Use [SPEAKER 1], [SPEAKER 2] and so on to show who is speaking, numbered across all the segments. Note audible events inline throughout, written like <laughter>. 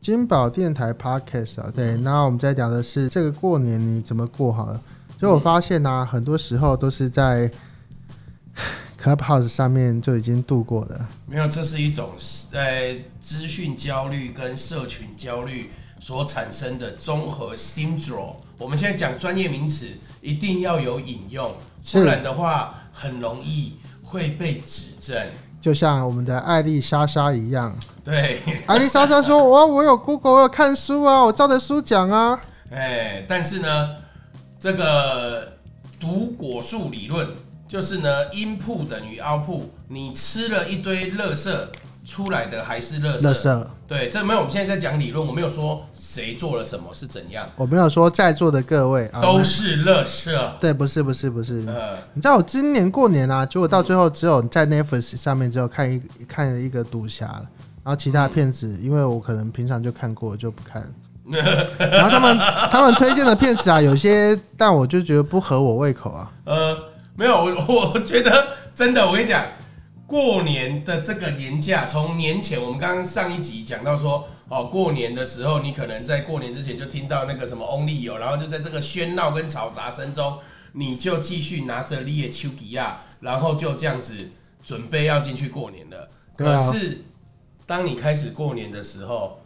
[SPEAKER 1] 金宝电台 Podcast 啊，对，那我们在讲的是这个过年你怎么过好了。所以我发现呢、很多时候都是在 <sighs> Clubhouse 上面就已经度过的。
[SPEAKER 2] 没有，这是一种呃资讯焦虑跟社群焦虑所产生的综合 syndrome。我们现在讲专业名词，一定要有引用，
[SPEAKER 1] 是
[SPEAKER 2] 不然的话很容易会被指正。
[SPEAKER 1] 就像我们的艾丽莎莎一样，
[SPEAKER 2] 对， <laughs>
[SPEAKER 1] 艾丽莎莎说：“哇，我有 Google，我有看书啊，我照着书讲啊。
[SPEAKER 2] 哎，但是呢，这个读果树理论就是呢，因铺等于凹铺，你吃了一堆垃圾，出来的还是”垃圾。
[SPEAKER 1] 乐色，
[SPEAKER 2] 对，这没有，我们现在在讲理论，我没有说谁做了什么是怎样，
[SPEAKER 1] 我没有说在座的各位啊，
[SPEAKER 2] 都是垃圾。
[SPEAKER 1] 对，不是，不是，不是。
[SPEAKER 2] 呃，
[SPEAKER 1] 你知道我今年过年啊，结果到最后只有在 Netflix 上面只有看一看了一个赌侠了，然后其他的片子，因为我可能平常就看过，就不看。然后他们他们推荐的片子啊，有些但我就觉得不合我胃口啊。
[SPEAKER 2] 呃，没有，我 <laughs> 我觉得真的，我跟你讲，过年的这个年假，从年前我们刚刚上一集讲到说，哦，过年的时候，你可能在过年之前就听到那个什么 Only 有，然后就在这个喧闹跟嘈杂声中，你就继续拿着你的丘吉亚，然后就这样子准备要进去过年了。
[SPEAKER 1] 对啊
[SPEAKER 2] 可是，当你开始过年的时候，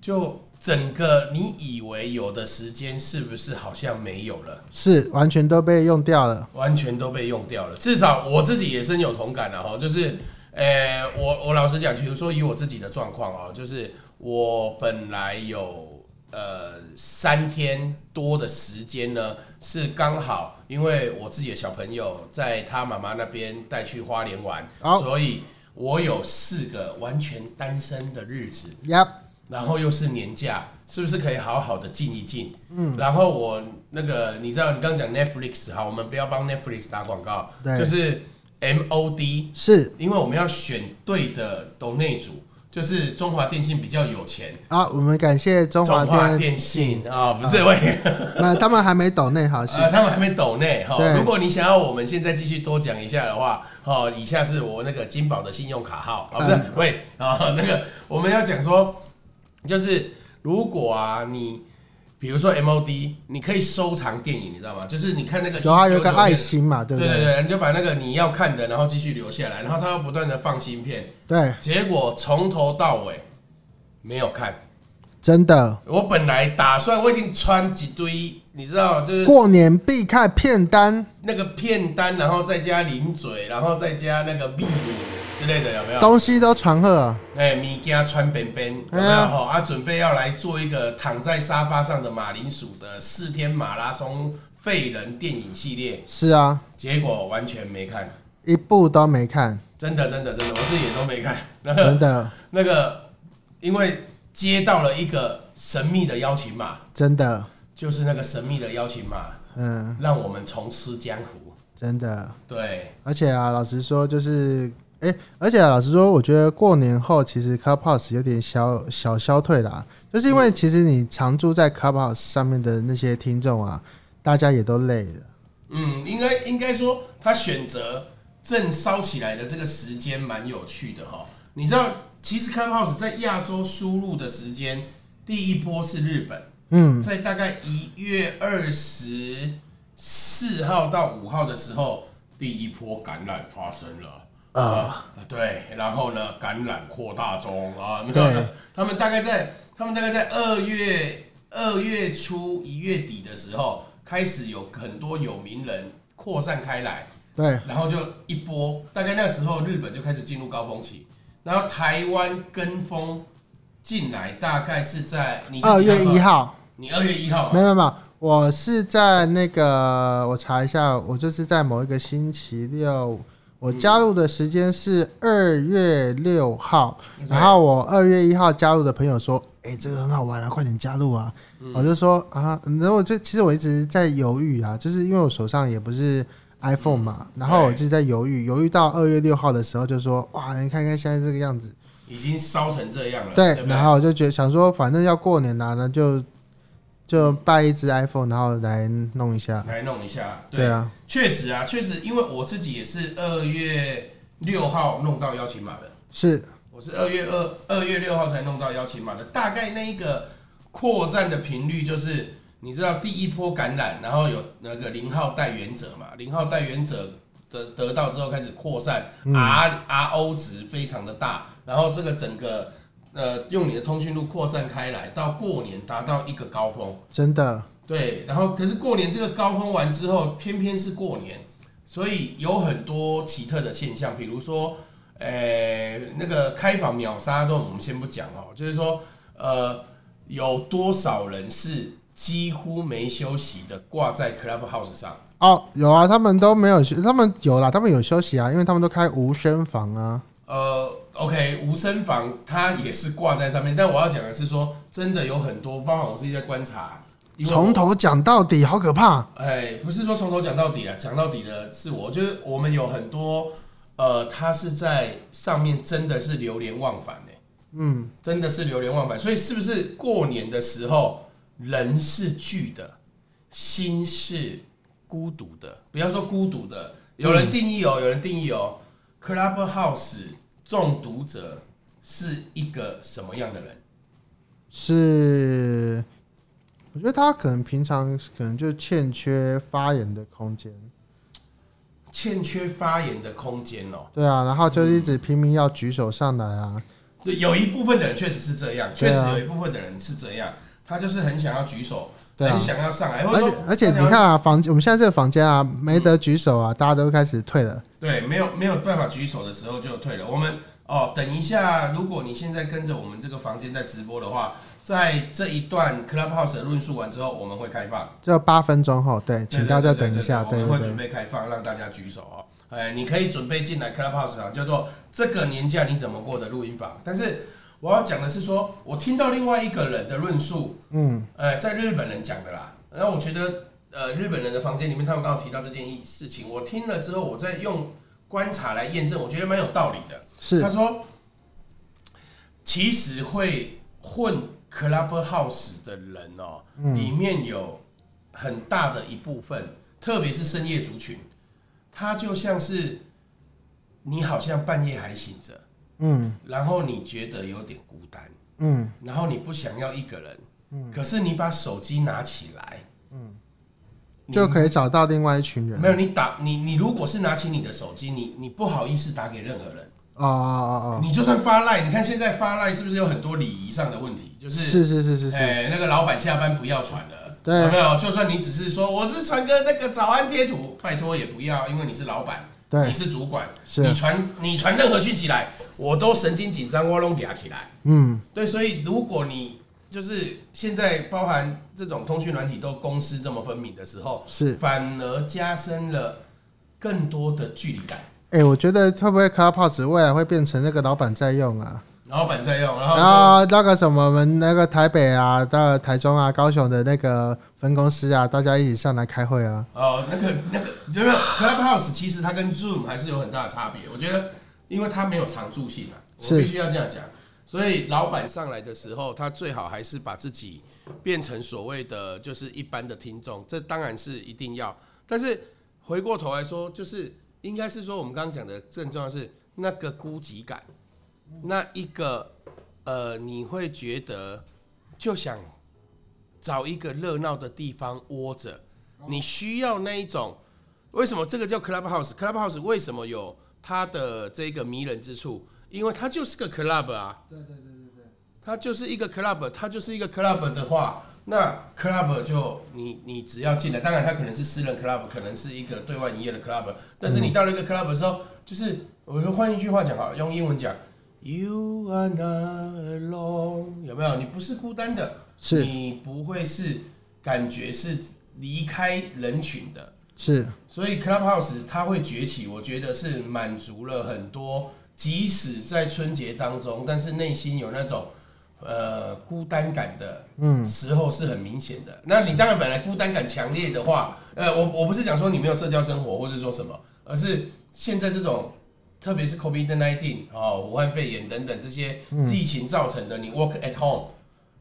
[SPEAKER 2] 就整个你以为有的时间是不是好像没有了？
[SPEAKER 1] 是完全都被用掉了，
[SPEAKER 2] 完全都被用掉了。至少我自己也深有同感了哈，就是，呃，我我老实讲，比如说以我自己的状况哦，就是我本来有呃三天多的时间呢，是刚好因为我自己的小朋友在他妈妈那边带去花莲玩，
[SPEAKER 1] 好
[SPEAKER 2] 所以我有四个完全单身的日子。
[SPEAKER 1] 呀、
[SPEAKER 2] 然后又是年假，是不是可以好好的静一静？嗯，然后我那个你知道，你刚讲 Netflix 好，我们不要帮 Netflix 打广告，
[SPEAKER 1] 对
[SPEAKER 2] 就是 MOD，
[SPEAKER 1] 是
[SPEAKER 2] 因为我们要选对的抖内组，就是中华电信比较有钱，
[SPEAKER 1] 啊，我们感谢中华
[SPEAKER 2] 中华
[SPEAKER 1] 电
[SPEAKER 2] 电信啊、不是喂。
[SPEAKER 1] 那他们还没抖内好是
[SPEAKER 2] 呃，他们还没抖内哈
[SPEAKER 1] 对。
[SPEAKER 2] 如果你想要我们现在继续多讲一下的话，哦，以下是我那个金宝的信用卡号啊，不是
[SPEAKER 1] 嗯，
[SPEAKER 2] 喂啊， <laughs> 那个我们要讲说，就是如果啊你。比如说 MOD，你可以收藏电影，你知道吗？就是你看那个
[SPEAKER 1] 有啊，有个
[SPEAKER 2] 1999
[SPEAKER 1] 爱心嘛，对
[SPEAKER 2] 片，
[SPEAKER 1] 不
[SPEAKER 2] 对对
[SPEAKER 1] 对？
[SPEAKER 2] 对，你就把那个你要看的，然后继续留下来，然后他又不断的放新片，
[SPEAKER 1] 对，
[SPEAKER 2] 结果从头到尾没有看。
[SPEAKER 1] 真的，
[SPEAKER 2] 我本来打算我已经穿几堆，你知道，就是
[SPEAKER 1] 过年必看片单
[SPEAKER 2] 那个片单，然后再加零嘴，然后再加那个秘鲁之类的，有没有？
[SPEAKER 1] 东西都传贺啊，
[SPEAKER 2] 哎，米家川边边有没
[SPEAKER 1] 哎呀
[SPEAKER 2] 有？哈啊，准备要来做一个躺在沙发上的马铃薯的四天马拉松废人电影系列，
[SPEAKER 1] 是啊，
[SPEAKER 2] 结果完全没看，
[SPEAKER 1] 一部都没
[SPEAKER 2] <laughs>
[SPEAKER 1] 看，
[SPEAKER 2] 真的真的真的，我自己也都没看。那
[SPEAKER 1] 真
[SPEAKER 2] 个
[SPEAKER 1] 的
[SPEAKER 2] 那个，因为接到了一个神秘的邀请码，
[SPEAKER 1] 真的，
[SPEAKER 2] 就是那个神秘的邀请码，
[SPEAKER 1] 嗯，
[SPEAKER 2] 让我们重吃江湖。
[SPEAKER 1] 真的。
[SPEAKER 2] 对，
[SPEAKER 1] 而且啊，老实说，就是哎、而且、啊、老实说，我觉得过年后其实 Clubhouse 有点小小消退啦，就是因为
[SPEAKER 2] 嗯
[SPEAKER 1] 其实你常住在 Clubhouse 上面的那些听众啊，大家也都累了。
[SPEAKER 2] 嗯，应该应该说他选择正烧起来的这个时间蛮有趣的哈。你知道，其实 Clubhouse 在亚洲输入的时间，第一波是日本，
[SPEAKER 1] 嗯，
[SPEAKER 2] 在大概一月二十四号到五号的时候，第一波感染发生了。啊、对，然后呢，感染扩大中啊，没有
[SPEAKER 1] 对，
[SPEAKER 2] 他们大概在他们大概在二月二月初一月底的时候，开始有很多有名人扩散开来，
[SPEAKER 1] 对，
[SPEAKER 2] 然后就一波，大概那时候日本就开始进入高峰期，然后台湾跟风进来，大概是在你是
[SPEAKER 1] 二
[SPEAKER 2] 几
[SPEAKER 1] 月一
[SPEAKER 2] 号，
[SPEAKER 1] 号，
[SPEAKER 2] 你二月一号
[SPEAKER 1] 没
[SPEAKER 2] 嘛，
[SPEAKER 1] 有没有没有，我是在那个我查一下，我就是在某一个星期六。我加入的时间是二月六号，然后我二月一号加入的朋友说：“哎、这个很好玩啊，快点加入啊！”我就说：“啊，然后我就其实我一直在犹豫啊，就是因为我手上也不是 iPhone 嘛，然后我就在犹豫，犹豫到二月六号的时候就说：‘哇，你看看现在这个样子。’
[SPEAKER 2] 已经烧成这样了，
[SPEAKER 1] 对
[SPEAKER 2] 嗯对，不对
[SPEAKER 1] 然后我就觉得想说，反正要过年啦、那就就拜一只 iPhone，然后来弄一下。
[SPEAKER 2] 来弄一下，
[SPEAKER 1] 对啊，
[SPEAKER 2] 确实啊，确实，因为我自己也是二月六号弄到邀请码的。
[SPEAKER 1] 是
[SPEAKER 2] 我是二月二二月六号才弄到邀请码的，大概那一个扩散的频率就是，你知道第一波感染，然后有那个零号带源者嘛，零号带源者得得到之后开始扩散、r R O 值非常的大，然后这个整个呃用你的通讯录扩散开来，到过年达到一个高峰。
[SPEAKER 1] 真的，
[SPEAKER 2] 对，然后可是过年这个高峰完之后，偏偏是过年，所以有很多奇特的现象，比如说，呃，那个开房秒杀这种，我们先不讲哦，就是说，呃，有多少人是几乎没休息的挂在 Clubhouse 上？
[SPEAKER 1] 哦，有啊，他们都没有休，他们有啦，他们有休息啊，因为他们都开无声房啊。
[SPEAKER 2] 呃，OK，无声房它也是挂在上面，但我要讲的是说，真的有很多，包含我自己在观察，因为我
[SPEAKER 1] 从头讲到底，好可怕！
[SPEAKER 2] 哎，不是说从头讲到底啊，讲到底的是我，就是我们有很多呃，他是在上面真的是流连忘返哎、
[SPEAKER 1] 嗯，
[SPEAKER 2] 真的是流连忘返，所以是不是过年的时候人是聚的，心是孤独的？不要说孤独的，有人定义哦，有人定义哦，Clubhouse 中毒者是一个什么样的人？
[SPEAKER 1] 是，我觉得他可能平常可能就欠缺发言的空间，
[SPEAKER 2] 欠缺发言的空间哦。
[SPEAKER 1] 对啊，然后就一直拼命要举手上来啊，
[SPEAKER 2] 对，有一部分的人确实是这样，
[SPEAKER 1] 对
[SPEAKER 2] 确
[SPEAKER 1] 啊
[SPEAKER 2] 实有一部分的人是这样，他就是很想要举手，
[SPEAKER 1] 对啊
[SPEAKER 2] 很。想要上来，或
[SPEAKER 1] 而
[SPEAKER 2] 者
[SPEAKER 1] 且
[SPEAKER 2] 说
[SPEAKER 1] 而且
[SPEAKER 2] 他
[SPEAKER 1] 你
[SPEAKER 2] 哎想要嗯
[SPEAKER 1] 看啊，房我们现在这个房间啊，没得举手啊，大家都开始退了。
[SPEAKER 2] 对，没有没有办法举手的时候就退了。我们哦，等一下，如果你现在跟着我们这个房间在直播的话，在这一段 Clubhouse 的论述完之后，我们会开放，
[SPEAKER 1] 就八分钟后，对，
[SPEAKER 2] 对
[SPEAKER 1] 请大家
[SPEAKER 2] 对对
[SPEAKER 1] 等一
[SPEAKER 2] 对
[SPEAKER 1] 下，
[SPEAKER 2] 对
[SPEAKER 1] 对
[SPEAKER 2] 我
[SPEAKER 1] 对
[SPEAKER 2] 们会准
[SPEAKER 1] 对，
[SPEAKER 2] 备开放让大家举手哦。哎，你可以准备进来 Clubhouse 啊，叫做这个年假你怎么过的录音法。但是我要讲的是说，我听到另外一个人的论述，
[SPEAKER 1] 嗯，
[SPEAKER 2] 呃，在日本人讲的啦。然后我觉得，呃，日本人的房间里面，他们刚好提到这件意事情，我听了之后，我再用观察来验证，我觉得蛮有道理的。
[SPEAKER 1] 是
[SPEAKER 2] 他说，其实会混 Clubhouse 的人哦、
[SPEAKER 1] 嗯
[SPEAKER 2] 里面有很大的一部分，特别是深夜族群，他就像是你好像半夜还醒着，
[SPEAKER 1] 嗯
[SPEAKER 2] 然后你觉得有点孤单。
[SPEAKER 1] 嗯，
[SPEAKER 2] 然后你不想要一个人，可是你把手机拿起来，嗯，
[SPEAKER 1] 就可以找到另外一群人。
[SPEAKER 2] 没有你打你你如果是拿起你的手机，你你不好意思打给任何人，
[SPEAKER 1] 哦哦哦
[SPEAKER 2] 你就算发赖，你看现在发赖是不是有很多礼仪上的问题？就
[SPEAKER 1] 哦，是
[SPEAKER 2] 是
[SPEAKER 1] 是是是是，
[SPEAKER 2] 哎、那个老板下班不要传了。
[SPEAKER 1] 对
[SPEAKER 2] 有没有？就算你只是说我是传个那个早安贴图，拜托也不要，因为你是老板，
[SPEAKER 1] 对
[SPEAKER 2] 你是主管，
[SPEAKER 1] 是
[SPEAKER 2] 你传你传任何讯息来，我都神经紧张，我拢压起来。
[SPEAKER 1] 嗯，
[SPEAKER 2] 对，所以如果你就是现在包含这种通讯软体都公私这么分明的时候，
[SPEAKER 1] 是。
[SPEAKER 2] 反而加深了更多的距离感。
[SPEAKER 1] 哎、我觉得会不会 Clubhouse 未来会变成那个老板在用啊？
[SPEAKER 2] 老板在用，然后
[SPEAKER 1] 然后那个什么，我们那个台北啊、到台中啊、高雄的那个分公司啊，大家一起上来开会啊。
[SPEAKER 2] 哦，那个那个，因为 Clubhouse 其实它跟 Zoom 还是有很大的差别。我觉得，因为它没有常驻性啊，我
[SPEAKER 1] 是
[SPEAKER 2] 必须要这样讲。所以老板上来的时候，他最好还是把自己变成所谓的就是一般的听众，这当然是一定要。但是回过头来说，就是应该是说我们刚刚讲的更重要的是那个孤寂感，那一个呃，你会觉得就想找一个热闹的地方窝着，你需要那一种。为什么这个叫 clubhouse？clubhouse 为什么有它的这个迷人之处？因为它就是个 club 啊。对对对对对，它就是一个 club，它就是一个 club 的话，那 club 就你你只要进来，当然它可能是私人 club，可能是一个对外营业的 club，但是你到了一个 club 的时候，就是我就换一句话讲好了，用英文讲。You are not alone，有没有？你不是孤单的，
[SPEAKER 1] 是
[SPEAKER 2] 你不会是感觉是离开人群的，
[SPEAKER 1] 是，
[SPEAKER 2] 所以 Clubhouse 它会崛起，我觉得是满足了很多，即使在春节当中，但是内心有那种呃孤单感的
[SPEAKER 1] 嗯，
[SPEAKER 2] 时候是很明显的。那你当然本来孤单感强烈的话，呃，我我不是讲说你没有社交生活或者说什么，而是现在这种。特别是 COVID-19 哦，武汉肺炎等等这些
[SPEAKER 1] 嗯
[SPEAKER 2] 疫情造成的，你 work at home，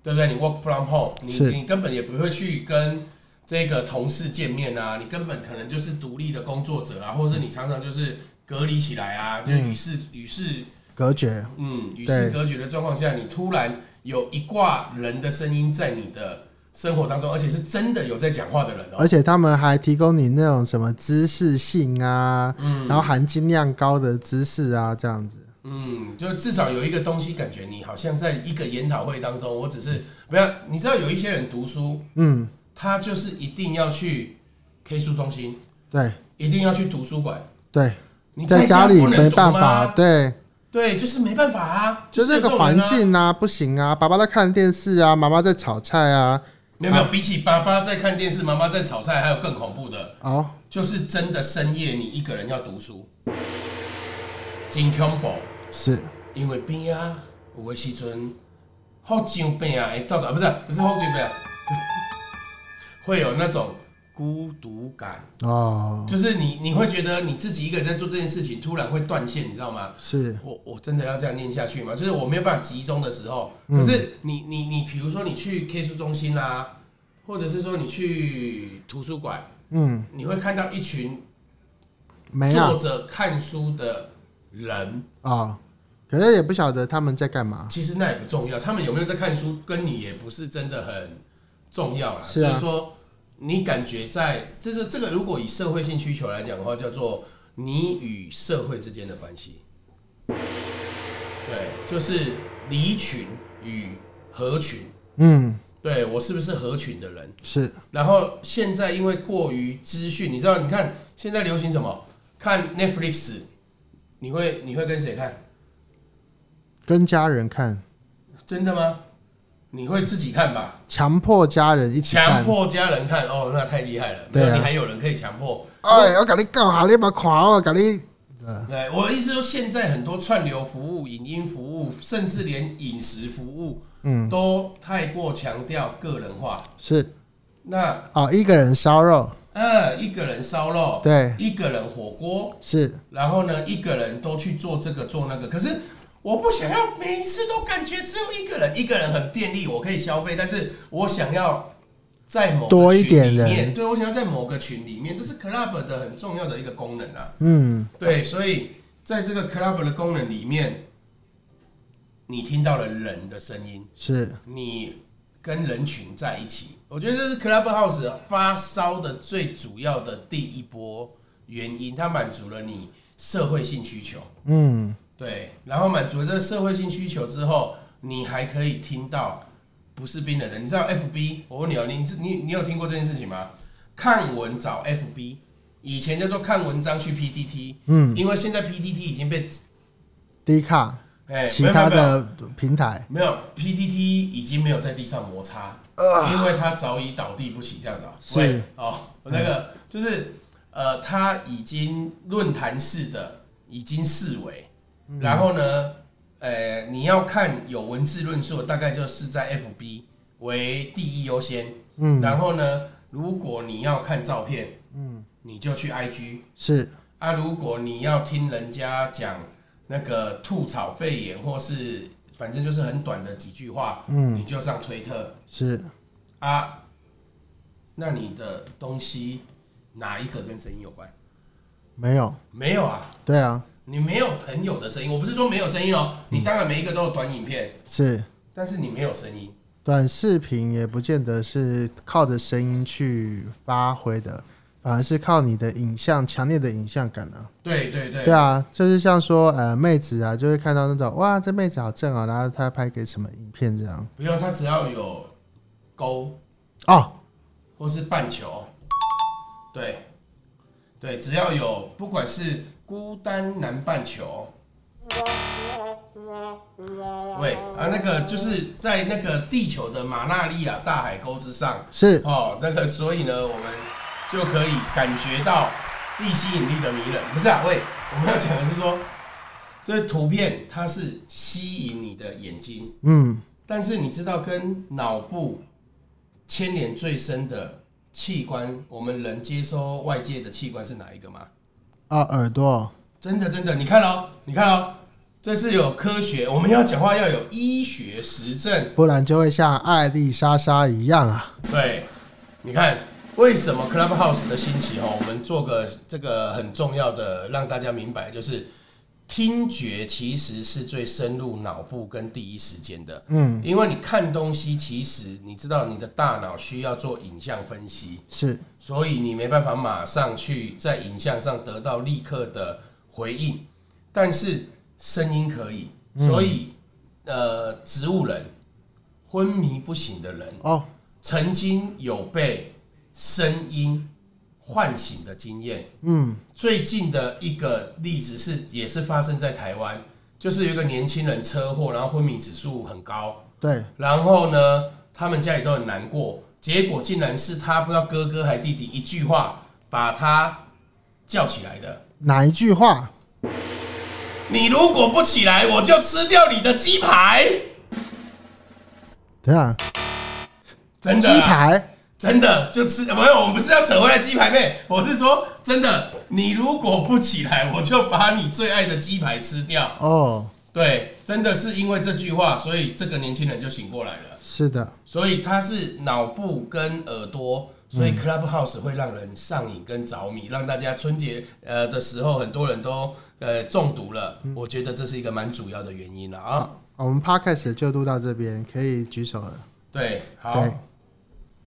[SPEAKER 2] 对不对？你 work from home，你
[SPEAKER 1] 是
[SPEAKER 2] 你根本也不会去跟这个同事见面啊，你根本可能
[SPEAKER 1] 嗯
[SPEAKER 2] 就是独立的工作者啊，或者是你常常就是隔离起来啊，就与世与世
[SPEAKER 1] 隔绝。
[SPEAKER 2] 嗯，与
[SPEAKER 1] 对
[SPEAKER 2] 世隔绝的状况下，你突然有一挂人的声音在你的生活当中，而且是真的有在讲话的人哦、
[SPEAKER 1] 而且他们还提供你那种什么知识性啊，然后含金量高的知识啊，这样子。
[SPEAKER 2] 嗯，就至少有一个东西，感觉你好像在一个研讨会当中，我只是不要，你知道有一些人读书，
[SPEAKER 1] 嗯，
[SPEAKER 2] 他就是一定要去 K 书中心，
[SPEAKER 1] 对
[SPEAKER 2] 一定要去图书馆，
[SPEAKER 1] 对，
[SPEAKER 2] 你
[SPEAKER 1] 在家
[SPEAKER 2] 家
[SPEAKER 1] 里
[SPEAKER 2] 不能
[SPEAKER 1] 没
[SPEAKER 2] 读
[SPEAKER 1] 办
[SPEAKER 2] 吗
[SPEAKER 1] 法，对，
[SPEAKER 2] 对，就是没办法啊，
[SPEAKER 1] 就
[SPEAKER 2] 这
[SPEAKER 1] 啊这个环，境啊，不行啊，爸爸在看电视啊，妈妈在炒菜啊，
[SPEAKER 2] 没有没有，比起爸爸在看电视，妈妈在炒菜，还有更恐怖的，
[SPEAKER 1] 哦，
[SPEAKER 2] 就是真的深夜你一个人要读书，真恐怖，
[SPEAKER 1] 是
[SPEAKER 2] 因为边啊有的时阵好上病啊，会造成啊不是不是好上病啊， <laughs> 会有那种孤独感，
[SPEAKER 1] 哦，
[SPEAKER 2] 就是你你会觉得你自己一个人在做这件事情，突然会断线，你知道吗？
[SPEAKER 1] 是
[SPEAKER 2] 我我真的要这样念下去吗？就是我没有办法集中的时候，可是你你你，比如说你去 K 书中心啦、啊或者是说你去图书馆，
[SPEAKER 1] 嗯，
[SPEAKER 2] 你会看到一群
[SPEAKER 1] 没啊
[SPEAKER 2] 坐
[SPEAKER 1] 有
[SPEAKER 2] 着看书的人，
[SPEAKER 1] 哦，可是也不晓得他们在干嘛。
[SPEAKER 2] 其实那也不重要，他们有没有在看书，跟你也不是真的很重要啦。
[SPEAKER 1] 是啊
[SPEAKER 2] 就是说你感觉在，就是这个，如果以社会性需求来讲的话，叫做你与社会之间的关系。对，就是离群与合群。
[SPEAKER 1] 嗯，
[SPEAKER 2] 对我是不是合群的人？
[SPEAKER 1] 是
[SPEAKER 2] 然后现在因为过于资讯，你知道，你看现在流行什么？看 Netflix，你会你会跟谁看？
[SPEAKER 1] 跟家人看，
[SPEAKER 2] 真的吗？你会自己看吧？
[SPEAKER 1] 强迫家人一起
[SPEAKER 2] 强
[SPEAKER 1] 看。
[SPEAKER 2] 迫家人看哦，那太厉害了。没
[SPEAKER 1] 对啊
[SPEAKER 2] 有，你还有人可以强迫。
[SPEAKER 1] 哎，我跟你讲哈，你嘛看我跟你，呃，
[SPEAKER 2] 对，哎我的意思说，现在很多串流服务、影音服务，甚至连饮食服务，
[SPEAKER 1] 嗯，
[SPEAKER 2] 都太过强调个人化。
[SPEAKER 1] 是
[SPEAKER 2] 那
[SPEAKER 1] 哦，一个人烧肉，
[SPEAKER 2] 呃，一个人烧肉，
[SPEAKER 1] 对，
[SPEAKER 2] 一个人火锅，
[SPEAKER 1] 是
[SPEAKER 2] 然后呢，一个人都去做这个做那个。可是我不想要每一次都感觉只有一个人，一个人很便利，我可以消费，但是我想要在某个
[SPEAKER 1] 多一
[SPEAKER 2] 群
[SPEAKER 1] 点
[SPEAKER 2] 里
[SPEAKER 1] 人
[SPEAKER 2] 面对我想要在某个群里面，这是 club 的很重要的一个功能啊。
[SPEAKER 1] 嗯，
[SPEAKER 2] 对，所以在这个 club 的功能里面，你听到了人的声音，
[SPEAKER 1] 是
[SPEAKER 2] 你跟人群在一起，我觉得这是 Clubhouse 发烧的最主要的第一波原因，它满足了你社会性需求，
[SPEAKER 1] 嗯，
[SPEAKER 2] 对，然后满足了这个社会性需求之后，你还可以听到不是冰冷的，你知道 FB？我问你哦，你你你有听过这件事情吗？看文找 FB，以前叫做看文章去 PTT，嗯，因为现在 PTT 已经被
[SPEAKER 1] 低卡，
[SPEAKER 2] 哎、
[SPEAKER 1] 其
[SPEAKER 2] 没有没有
[SPEAKER 1] 他
[SPEAKER 2] 没有
[SPEAKER 1] 的平台，
[SPEAKER 2] 没有 PTT 已经没有在地上摩擦，因为它早已倒地不起，这样子、啊。
[SPEAKER 1] 是
[SPEAKER 2] 喂哦，那个、就是呃，它已经论坛式的已经视为，然后呢，呃，你要看有文字论述，大概就是在 FB 为第一优先，嗯，然后呢，如果你要看照片，嗯，你就去 IG，
[SPEAKER 1] 是
[SPEAKER 2] 啊，如果你要听人家讲那个吐槽肺炎，或是反正就是很短的几句话，嗯，你就上推特
[SPEAKER 1] 是
[SPEAKER 2] 啊。那你的东西哪一个跟声音有关？
[SPEAKER 1] 没有，
[SPEAKER 2] 没有啊，
[SPEAKER 1] 对啊，
[SPEAKER 2] 你没有朋友的声音。我不是说没有声音哦，你当然每一个都有短影片，
[SPEAKER 1] 是
[SPEAKER 2] 但是你没有声音。
[SPEAKER 1] 短视频也不见得是靠着声音去发挥的，反而是靠你的影像强烈的影像感啊。
[SPEAKER 2] 对对对，
[SPEAKER 1] 对啊，就是像说呃妹子啊，就会看到那种哇这妹子好正啊，然后她拍给什么影片这样
[SPEAKER 2] 不用它只要有勾
[SPEAKER 1] 哦，
[SPEAKER 2] 或是半球，对，对，只要有不管是孤单南半球，喂啊，那个就是在那个地球的马纳利亚大海沟之上
[SPEAKER 1] 是
[SPEAKER 2] 哦，那个所以呢，我们就可以感觉到地吸引力的迷人，不是啊？喂，我们要讲的是说，所以图片它是吸引你的眼睛，
[SPEAKER 1] 嗯
[SPEAKER 2] 但是你知道，跟脑部牵连最深的器官，我们人接收外界的器官是哪一个吗？
[SPEAKER 1] 啊耳朵
[SPEAKER 2] 真的，真的，你看哦，你看哦，这是有科学，我们要讲话要有医学实证。
[SPEAKER 1] 不然就会像艾丽莎莎一样啊。
[SPEAKER 2] 对，你看为什么 Clubhouse 的兴起哦，我们做个这个很重要的让大家明白，就是听觉其实是最深入脑部跟第一时间的，
[SPEAKER 1] 嗯，
[SPEAKER 2] 因为你看东西，其实你知道你的大脑需要做影像分析，
[SPEAKER 1] 是
[SPEAKER 2] 所以你没办法马上去在影像上得到立刻的回应，但是声音可以，所以、呃，植物人昏迷不醒的人
[SPEAKER 1] 哦，
[SPEAKER 2] 曾经有被声音唤醒的经验。
[SPEAKER 1] 嗯，
[SPEAKER 2] 最近的一个例子是，也是发生在台湾，就是有一个年轻人车祸，然后昏迷指数很高，
[SPEAKER 1] 对，
[SPEAKER 2] 然后呢，他们家里都很难过，结果竟然是他不知道哥哥还弟弟一句话把他叫起来的。
[SPEAKER 1] 哪一句话？
[SPEAKER 2] 你如果不起来，我就吃掉你的鸡排！
[SPEAKER 1] 等一下，
[SPEAKER 2] 真的
[SPEAKER 1] 鸡
[SPEAKER 2] 啊、
[SPEAKER 1] 排
[SPEAKER 2] 真的就吃没有，我们不是要扯回来鸡排妹，我是说真的，你如果不起来，我就把你最爱的鸡排吃掉。
[SPEAKER 1] 哦，
[SPEAKER 2] 对，真的是因为这句话，所以这个年轻人就醒过来了。
[SPEAKER 1] 是的，
[SPEAKER 2] 所以他是脑部跟耳朵，所以 Clubhouse 会让人上瘾跟着迷，让大家春节呃的时候很多人都呃中毒了。我觉得这是一个蛮主要的原因了啊。
[SPEAKER 1] 哦好我们 podcast 也就录到这边，可以举手了。
[SPEAKER 2] 对，好
[SPEAKER 1] 对，